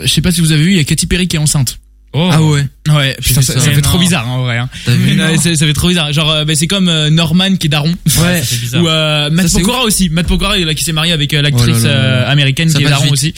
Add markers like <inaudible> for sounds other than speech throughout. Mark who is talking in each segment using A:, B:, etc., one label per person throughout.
A: je sais pas si vous avez vu, il y a Katy Perry qui est enceinte.
B: Oh.
C: Ah ouais.
A: Ouais,
C: putain,
A: ça,
C: ça-
A: ça
C: mais
A: fait trop
B: non.
A: bizarre hein, en
C: <laughs>
A: vrai. hein.
C: T'as vu
A: Ouais, <laughs> ça, ça fait trop bizarre. Genre, euh, bah, c'est comme euh, Norman qui est daron.
C: Ouais.
B: C'est
A: <laughs>
B: bizarre.
A: Ou euh, Matt
C: c'est
A: Pokora aussi. Matt Pokora, il a- qui s'est marié avec euh, l'actrice
C: Oh là là là là.
A: euh, américaine
C: Ça
A: qui est
C: passe
A: daron
C: vite.
A: aussi.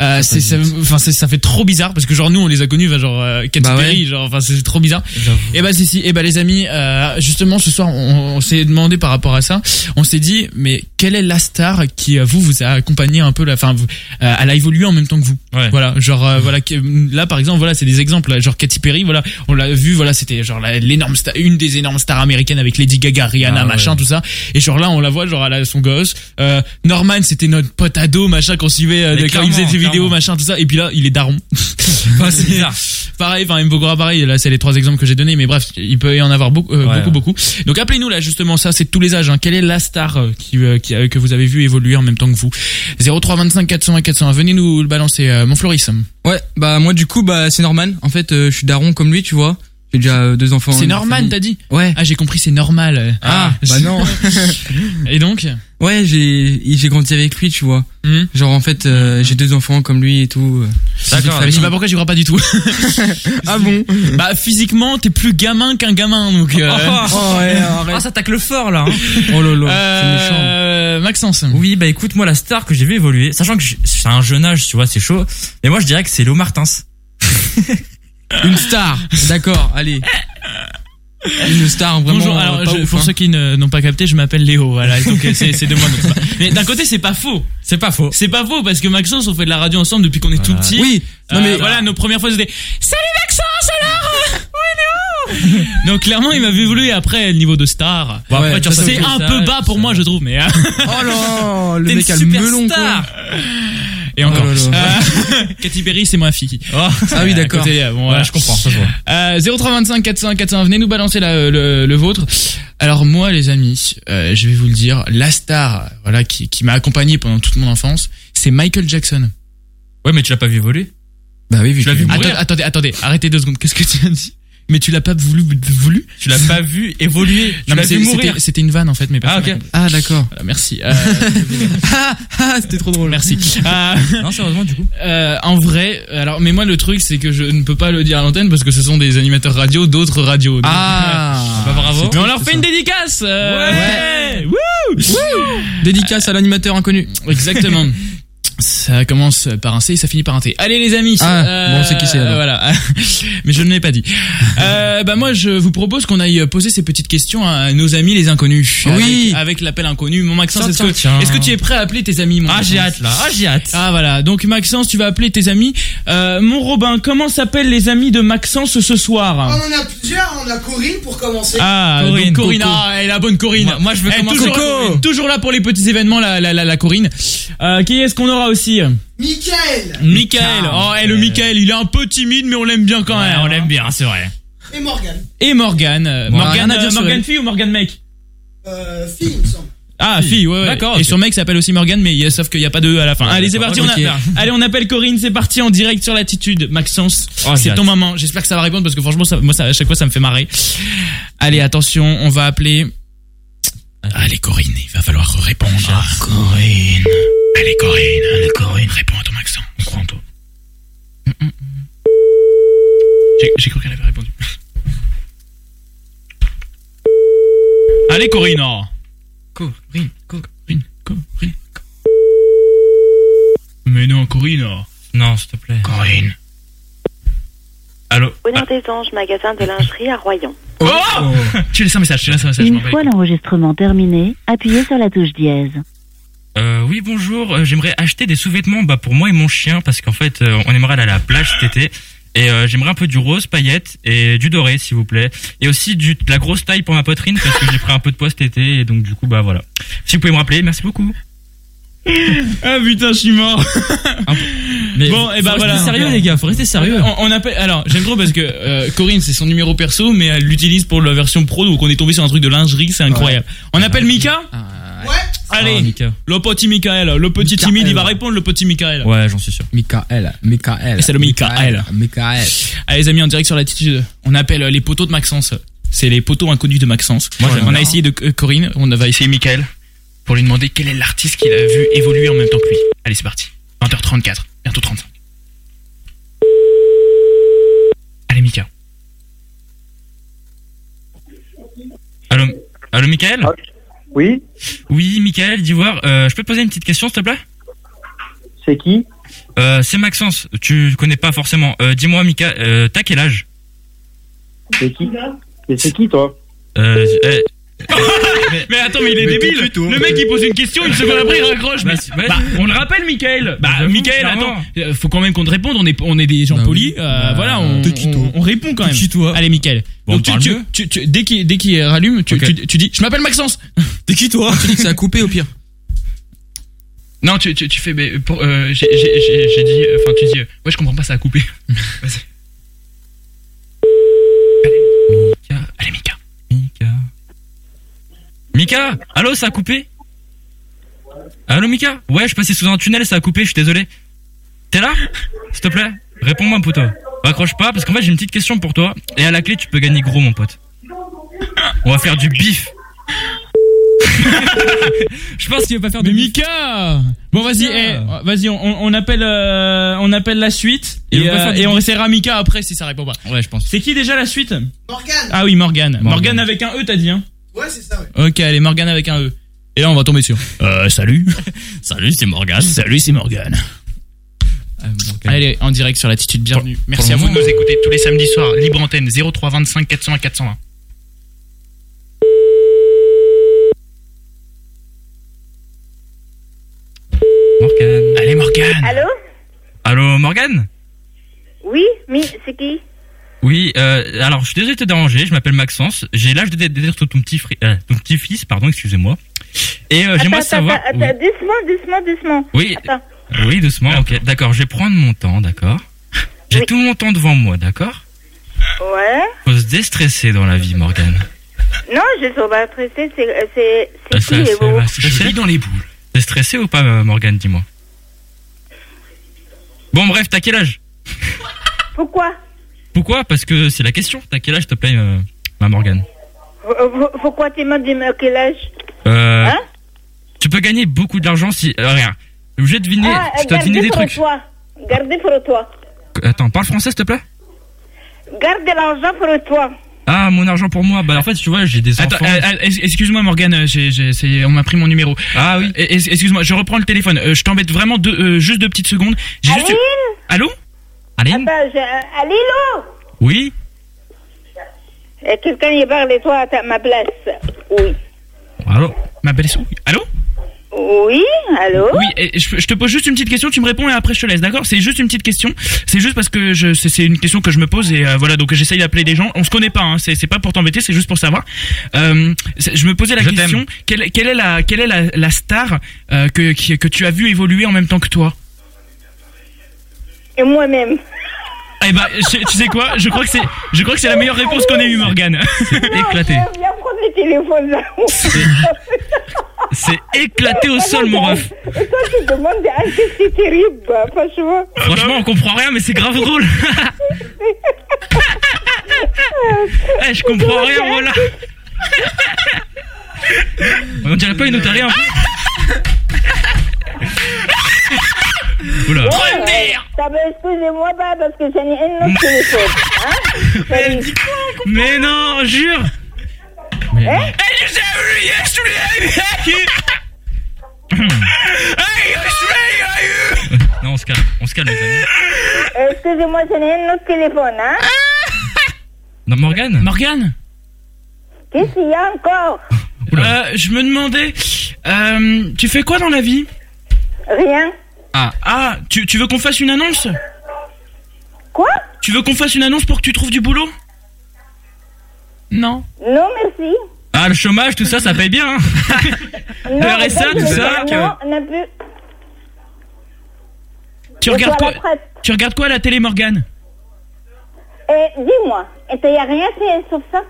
A: Euh, c'est,
C: passe
A: ça, enfin, c'est- ça fait trop bizarre parce que genre nous on les a connus, enfin, genre euh, Katy
C: Bah ouais.
A: Perry, genre, enfin c'est trop bizarre.
B: J'avoue.
A: Et bah si si, et bah les amis, euh, justement ce soir on, on s'est demandé par rapport à ça, on s'est dit mais quelle est la star qui euh, vous vous a accompagné un peu, la, enfin vous- euh, elle a évolué en même temps que vous.
B: Ouais.
A: Voilà, genre euh, voilà que- là par exemple voilà c'est des exemples, là, genre Katy Perry voilà on l'a vu voilà c'était genre la- l'énorme star, une des énormes stars américaines avec Lady Gaga, Rihanna
B: Ah, ouais.
A: machin tout ça et genre là on la voit genre elle a son gosse, euh, Norman c'était notre pote ado machin qu'on suivait euh,
B: Mais
A: de- quand il faisait des
B: clairement,
A: vidéos
B: clairement.
A: machin tout ça et puis là il est daron. <laughs> Enfin, c'est
B: bizarre.
A: Pareil, enfin Mbogora pareil, là c'est les trois exemples que j'ai donnés mais bref il peut y en avoir beaucoup euh,
B: Ouais,
A: beaucoup
B: ouais.
A: beaucoup. Donc appelez-nous là justement ça c'est de tous les âges hein. quelle est la star euh, qui, euh, qui, euh, que vous avez vu évoluer en même temps que vous 0325 401 401 venez nous le balancer euh, mon Floris.
C: Ouais, bah moi du coup bah c'est Norman. En fait, euh, je suis daron comme lui, tu vois. J'ai déjà euh, deux enfants.
A: C'est
C: une
A: Norman,
C: famille.
A: t'as dit
C: Ouais.
A: Ah, j'ai compris, c'est normal.
C: Ah, bah <laughs> non.
A: Et donc
C: ouais, j'ai j'ai grandi avec lui, tu vois.
A: Hmm.
C: Genre en fait, euh, j'ai deux enfants comme lui et tout. euh.
B: D'accord.
C: Ah,
A: Je sais
C: oui.
A: pas pourquoi j'y crois pas
C: <laughs>
A: du tout.
C: Ah bon
A: bah, physiquement, t'es plus gamin qu'un gamin, donc. euh,
C: Oh ouais, arrête.
B: Ah, ça tacle fort là. hein.
C: Oh lolo, c'est méchant.
A: euh, Maxence.
B: Oui, bah écoute, moi la star que j'ai vu évoluer, sachant que j'ai- c'est un jeune âge, tu vois, c'est chaud. Mais moi je dirais que c'est Léo Martins.
C: <laughs> Une star, d'accord, allez. Une star, vraiment.
A: Bonjour,
C: euh,
A: alors
C: pas
A: je-
C: ouf,
A: pour
C: hein.
A: ceux qui ne- n'ont pas capté, je m'appelle Léo, voilà, donc euh, c'est c'est de moi. donc c'est pas- Mais d'un côté, c'est pas faux.
B: C'est pas faux.
A: C'est pas faux parce que Maxence, on fait de la radio ensemble depuis qu'on est tout
B: Voilà.
A: petit.
C: Euh,
A: Euh,
C: Oui, non
B: euh,
C: mais
A: voilà, nos premières fois c'était Salut Maxence alors euh, Oui Léo Donc clairement, il m'a vu évoluer après le niveau de star.
B: Bon, après,
C: Ouais,
B: tu
C: ça,
B: ressembles
A: C'est un
B: à
A: peu
B: ça,
A: bas pour
B: ça.
A: moi, je trouve, mais. hein,
C: <laughs> Oh là,
B: T'es
C: le
B: une
C: mec a le
B: super
C: melon quoi.
B: star.
A: Et encore.
C: Oh là là.
A: Euh, <laughs> Katy Perry, c'est ma fille.
B: Oh,
C: Ah oui,
A: Euh,
C: d'accord.
A: côté, euh, Bon,
B: voilà,
A: voilà.
B: je comprends, ça se voit.
A: Euh, 0325 400 400, venez nous balancer la- euh, le, le vôtre. Alors moi, les amis, euh, je vais vous le dire, la star, voilà, qui, qui m'a accompagné pendant toute mon enfance, c'est Michael Jackson.
B: Ouais, mais tu l'as pas vu évoluer.
C: Bah oui, vu
B: Tu l'as
C: que-
B: vu mourir.
A: Attendez, attendez, attendez, arrêtez deux secondes. Qu'est-ce que tu as dit Mais tu l'as pas voulu, voulu
B: Tu l'as pas vu évoluer. Tu
A: Non, mais
B: l'as vu
A: c'est-
B: mourir.
A: c'était- C'était une vanne en fait, mais personne
B: Ah, ok.
A: n'a compris.
C: Ah d'accord.
A: Voilà, merci. Euh,
C: Ah, <laughs> ah, c'était trop drôle.
A: merci. Euh,
B: Non, sérieusement, du coup.
A: Euh, en vrai, alors mais moi le truc c'est que je ne peux pas le dire à l'antenne parce que ce sont des animateurs radio d'autres radios. Donc, <laughs>
C: Ah,
B: Bah, bravo.
A: Mais on leur fait
C: ça.
A: une dédicace. euh,
B: Ouais.
A: Wouh
C: dédicace à l'animateur inconnu.
A: Exactement. Ça commence par un C et ça finit par un T. Allez les amis. Euh,
C: Ah, bon, on sait qui c'est, alors.
A: Voilà. <laughs> Mais je ne l'ai pas dit. euh, bah moi je vous propose qu'on aille poser ces petites questions à nos amis les inconnus.
C: Oui.
A: Avec, avec l'appel inconnu. Mon Maxence,
B: Tiens,
A: est-ce
B: tiens,
A: que
B: tiens.
A: est-ce que tu es prêt à appeler tes amis mon
B: Ah, j'ai
A: Maxence
B: hâte là. Ah, j'ai hâte.
A: Ah voilà, donc Maxence, tu vas appeler tes amis. Euh, mon Robin, comment s'appellent les amis de Maxence ce
D: On
A: soir
D: en a plusieurs, on a Corinne pour commencer.
A: Ah,
B: Corinne,
A: donc Corinne,
B: Coco.
A: ah, elle est la bonne Corinne.
B: Moi- moi, je veux
A: Elle est
B: commencer-
A: toujours,
B: Coco.
A: toujours là pour les petits événements, la, la, la, la Corinne. Euh, qui est-ce qu'on aura aussi
D: Michael
A: Michael. Oh, et le
B: Ouais.
A: Michael, il est un peu timide, mais on l'aime bien quand
B: Ouais,
A: même. hein.
B: on
C: hein.
B: l'aime bien, c'est vrai.
D: et Morgan.
A: Et Morgan. Euh,
C: Bon,
A: Morgan,
C: rien à dire
A: euh,
C: sur
A: Morgan
C: elle.
A: fille ou Morgan mec
D: Euh, fille, il me semble.
A: Ah, fille, ouais, ouais.
B: D'accord,
A: Et
B: ok.
A: son mec s'appelle aussi Morgan, mais il y a- sauf qu'il n'y a pas de E à la fin. Allez, c'est
B: d'accord,
A: parti,
B: ok.
A: on a- Allez, on appelle Corinne, c'est parti en direct sur l'attitude. Maxence,
B: Oh, j'ai
A: c'est
B: hâte.
A: ton moment. J'espère que ça va répondre parce que franchement, ça, moi, ça, à chaque fois, ça me fait marrer. Allez, attention, on va appeler. Allez, Corinne, il va falloir répondre. Corinne. Allez, Corinne. Allez, Corinne. Réponds à ton accent. On croit en toi. mm. J'ai- J'ai cru qu'elle avait répondu. Allez, Corinne. oh.
B: Corinne, Corinne.
A: Corinne, Corinne. Mais non, Corinne. oh.
B: Non, s'il te plaît.
A: Corinne. Ah,
B: Allô.
E: Bonheur des Anges, magasin de lingerie à Royan.
A: Oh, Tu laisses un message, tu laisses un message. je
F: Une
A: m'en vais.
F: fois l'enregistrement terminé, appuyez sur la touche dièse.
B: Euh, oui, bonjour. euh, J'aimerais acheter des sous-vêtements bah, pour moi et mon chien parce qu'en fait, euh, on aimerait aller à la plage cet été. Et euh, j'aimerais un peu du rose, paillettes et du doré, s'il vous plaît. Et aussi du, de la grosse taille pour ma poitrine parce que j'ai pris un peu de poids cet été. Et donc, du coup, bah voilà. Si vous pouvez me rappeler, merci beaucoup.
A: Ah putain, je suis mort.
B: Mais
A: Bon, et ben voilà.
B: gars. Faut rester
A: On, on appelle. Alors, j'aime trop parce que euh, Corinne, c'est son numéro perso, mais elle l'utilise pour la version pro, donc on est tombé sur un truc de lingerie, c'est incroyable. On appelle Mika.
D: Ouais,
A: Allez, le petit Michael, le petit
C: Michael.
A: timide, il va répondre, le petit Michael.
B: Ouais, j'en suis sûr.
C: Michael, Michael.
A: C'est le Michael.
C: Michael.
A: Allez, les amis, en direct sur l'attitude. On appelle euh, les poteaux de Maxence. C'est les poteaux inconnus de Maxence.
B: Moi, j'aime
A: on a
B: bien.
A: essayé de euh, Corinne, on va essayer Michael pour lui demander quel est l'artiste qu'il a vu évoluer en même temps que lui. Allez, c'est parti. 20h34, bientôt 35.
B: Allô, Michael
G: Ah. Oui,
B: Oui, Michael d'Ivoire, euh, je peux te poser une petite question, s'il te plaît
G: c'est qui
B: euh, C'est Maxence, tu connais pas forcément. Euh, Dis-moi, Michael, euh, t'as quel âge
G: C'est qui Et c'est qui toi
B: euh, eh, Mais attends, mais il est
C: Mais t'es
B: débile
C: plutôt.
A: Le mec il pose une question, une seconde après il raccroche.
B: Bah,
A: Mais
B: c'est- bah,
A: bah, on le rappelle, Michael. Bah,
B: J'avoue,
A: Michael,
B: clairement.
A: attends, euh, faut quand même qu'on te réponde. On est, on est des gens
C: Bah
A: polis.
C: oui.
A: euh,
C: Bah,
A: voilà, on,
C: t'es qui, toi
A: on, on répond quand même.
C: Qui toi
A: Allez, Michael.
B: Bon,
A: Donc tu,
B: parle
A: tu,
B: mieux.
A: tu, tu- dès qu'il, dès qu'il rallume, tu,
B: Ok.
A: tu, tu dis, je m'appelle
B: <laughs>
A: Maxence.
C: T'es qui toi Tu dis que ça a coupé au pire.
A: Non, tu, tu, tu fais, mais pour, euh, j'ai, j'ai, j'ai, j'ai dit, enfin tu dis, euh, ouais, je comprends pas, ça a coupé. Vas-y. Allez, Mika. Allez, Mika.
B: Mika. Mika Allô, ça a coupé Allô, Mika Ouais, je passais sous un tunnel, ça a coupé, je suis désolé. T'es là S'il te plaît Réponds-moi, poteau. Raccroche pas, parce qu'en fait, j'ai une petite question pour toi. Et à la clé, tu peux gagner gros, mon pote. On va faire du bif. <laughs> je pense qu'il veut pas faire
A: <laughs> Mais
B: du bif.
A: Mika Bon vas-y, eh, vas-y, on, on appelle, euh, on appelle la suite
B: Et
A: et,
B: on va
A: euh,
B: faire du
A: et on essaiera Mika après si ça répond pas.
B: Ouais, je pense.
A: C'est qui déjà la suite
D: Morgane
A: Ah oui, Morgan. Morgan
B: Morgane.
A: avec un E, t'as dit hein
D: Ouais, c'est ça, ouais.
A: Ok, allez, Morgan avec un E. Et là, on va tomber sur. Euh, salut.
B: <laughs> Salut, c'est Morgane.
A: salut, c'est Morgan. Ah, Allez, en direct sur l'attitude, bienvenue. Merci à vous de nous écouter tous les samedis soirs. Libre antenne 0325 400 420.
B: Morgane.
A: Allez, Morgan.
E: Allô
B: Allô, Morgane
E: Oui Mais c'est qui
B: Oui, euh, alors je suis désolé de te déranger, je m'appelle Maxence, j'ai l'âge de dé- de d'être ton petit fri- euh, ton petit fils, pardon, excusez-moi. Et euh, j'aimerais
E: Attends,
B: savoir
E: Attends, attends, doucement, doucement, doucement.
B: Oui,
E: Attends.
B: oui, doucement, OK. D'accord, je vais prendre mon temps, d'accord J'ai
E: Oui.
B: tout mon temps devant moi, d'accord
E: Ouais
B: Faut se déstresser dans la vie, Morgane.
E: Non, je ne suis pas pressée, c'est- euh, c'est
A: Bah,
B: Ça, ça
E: c'est qui les vous
B: va se stresser.
A: dans les boules.
B: T'es stressé ou pas euh, Morgane, dis-moi. Bon bref, t'as quel âge
E: Pourquoi
B: Pourquoi Parce que c'est la question. T'as quel âge, s'il te plaît, euh, ma Morgane
E: Euh, vous- Pourquoi tu m'as dit mais à quel âge
B: euh,
E: Hein
B: Tu peux gagner beaucoup d'argent si euh, rien. T'es obligé de deviner,
E: Ah,
B: Eh, je dois deviner
E: gardez
B: des
E: pour
B: trucs.
E: toi. Gardez pour toi.
B: Attends, parle français s'il te plaît.
E: Gardez l'argent pour toi.
B: Ah, mon argent pour moi. Bah en fait, tu vois, j'ai des
A: Attends,
B: enfants.
A: euh, euh, ex- excuse-moi, Morgan, euh, j'ai, j'ai- c'est- on m'a pris mon numéro.
B: ah oui.
A: Euh, ex- Excuse-moi, je reprends le téléphone. Euh, je t'embête vraiment deux, euh, juste deux petites secondes. J'ai juste-
E: Aline
A: Allô
B: Aline
E: Attends, je... euh, Alilo
B: Oui.
E: Euh, Quelqu'un y parle de toi à ta- ma place. Oui.
B: Allô.
A: Ma belle sou- Allô
E: Oui, allô
A: Oui, et je, je te pose juste une petite question, tu me réponds et après je te laisse, d'accord C'est juste une petite question. C'est juste parce que je, c'est, c'est une question que je me pose et euh, voilà, donc j'essaye d'appeler des gens. On se connaît pas, hein, c'est, c'est pas pour t'embêter, c'est juste pour savoir. Euh, c'est- je me posais la
B: Je
A: question, quelle, quelle est la, quelle est la, la star euh, que, qui- que tu as vu évoluer en même temps que toi
E: Et moi-même.
A: Eh ben, je- tu sais quoi Je crois que c'est, je crois que c'est la meilleure réponse qu'on ait eue, Morgane. <laughs>
B: Éclaté.
E: Non, Viens prendre le téléphone là. <laughs>
B: C'est éclaté au sol, mon ref.
E: Et toi, tu demandes des artistes, c'est terrible, bah, franchement.
B: Franchement, on comprend rien, mais c'est grave drôle. <laughs> Eh, je comprends rien, voilà. <laughs> On dirait pas une otarie hein. un peu. Oula.
E: Ça va, Ah, bah, excusez-moi pas parce que j'en ai
B: <laughs>
E: un autre téléphone. Hein Salut.
B: Mais non, jure. Hmm. <laughs> Non, on se calme, on se calme, les amis.
E: Euh, Excusez-moi, j'en ai un autre téléphone, hein
B: Non, Morgane
A: Morgane
E: Qu'est-ce qu'il y a encore
A: euh, Je me demandais, euh, tu fais quoi dans la vie
E: Rien.
A: Ah, ah, tu, tu veux qu'on fasse une annonce
E: Quoi
A: Tu veux qu'on fasse une annonce pour que tu trouves du boulot Non.
E: Non, merci.
B: Ah, le chômage, tout ça, ça paye bien. hein.
A: <laughs>
E: Non,
B: Le RSA,
E: attends,
B: tout
E: je-
B: ça, que-
E: Non, on n'a plus.
A: Tu
E: Je
A: regardes
E: suis à
A: quoi
E: la presse.
A: Tu regardes quoi à la télé Morgane
E: Eh, dis-moi, il n'y a rien c'est- sauf ça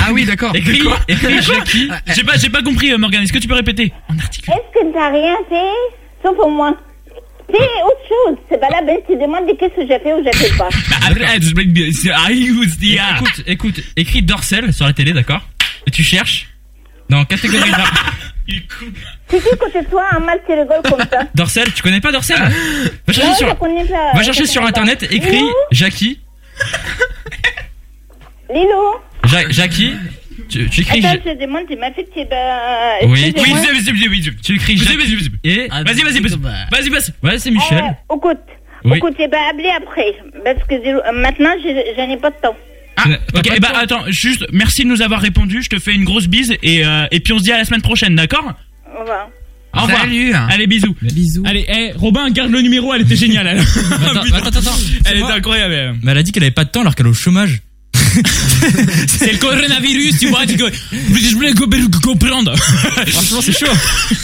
C: Ah oui, d'accord.
A: Écris, écris chez
B: <laughs>
A: qui J'ai pas, j'ai pas compris euh, Morgane. Est-ce que tu peux répéter En article.
E: Est-ce que t'as rien fait sauf pour moi C'est autre chose. C'est pas la bête qui demande qu'est-ce que j'ai fait ou j'ai fait pas.
B: Bah, eh, Ah, Écoute, écoute, écris Dorsel sur la télé, d'accord Et tu cherches dans catégorie <laughs> d'art.
E: C'est qui côté toi un mal qui rigole comme
B: <laughs>
E: ça
B: Dorsel, tu connais pas Dorsel Va chercher
E: Non,
B: sur,
E: je connais pas.
B: va chercher sur internet, écris Jackie,
E: Lilo,
B: Ja- Jackie, Tu, tu cries.
E: Attends, je demande, il m'a fait petit. Bah,
B: Oui, oui,
E: excusez-moi.
B: zip, zip, zip, zip, zip. tu cries.
A: Zip,
B: Jacques.
A: zip, zip, zip.
B: Et
A: Ah,
B: vas-y, vas-y, vas-y.
A: bah.
B: Vas-y, vas-y. Ouais, c'est Michel.
E: Euh, écoute,
B: Oui.
E: écoute, eh ben, appelez après. Parce que euh, maintenant, je, je n'ai pas de temps.
A: Ah,
B: T'as
A: ok,
B: pas
A: eh
B: de
A: bah
B: temps.
A: attends, juste merci de nous avoir répondu, je te fais une grosse bise et, euh, et puis on se dit à la semaine prochaine, d'accord
E: Au revoir.
A: Au revoir.
H: Salut.
A: Allez, bisous.
C: Bisous.
A: Allez, eh, Robin, garde le numéro, elle était géniale. Elle, <laughs>
C: Attends,
A: Ah, Putain,
C: attends, attends.
A: elle
C: Elle
A: était incroyable. elle.
C: Mais elle a dit qu'elle avait pas de temps alors qu'elle est au chômage.
A: <laughs> C'est le coronavirus, tu vois. tu- Je voulais comprendre.
C: Franchement, c'est chaud.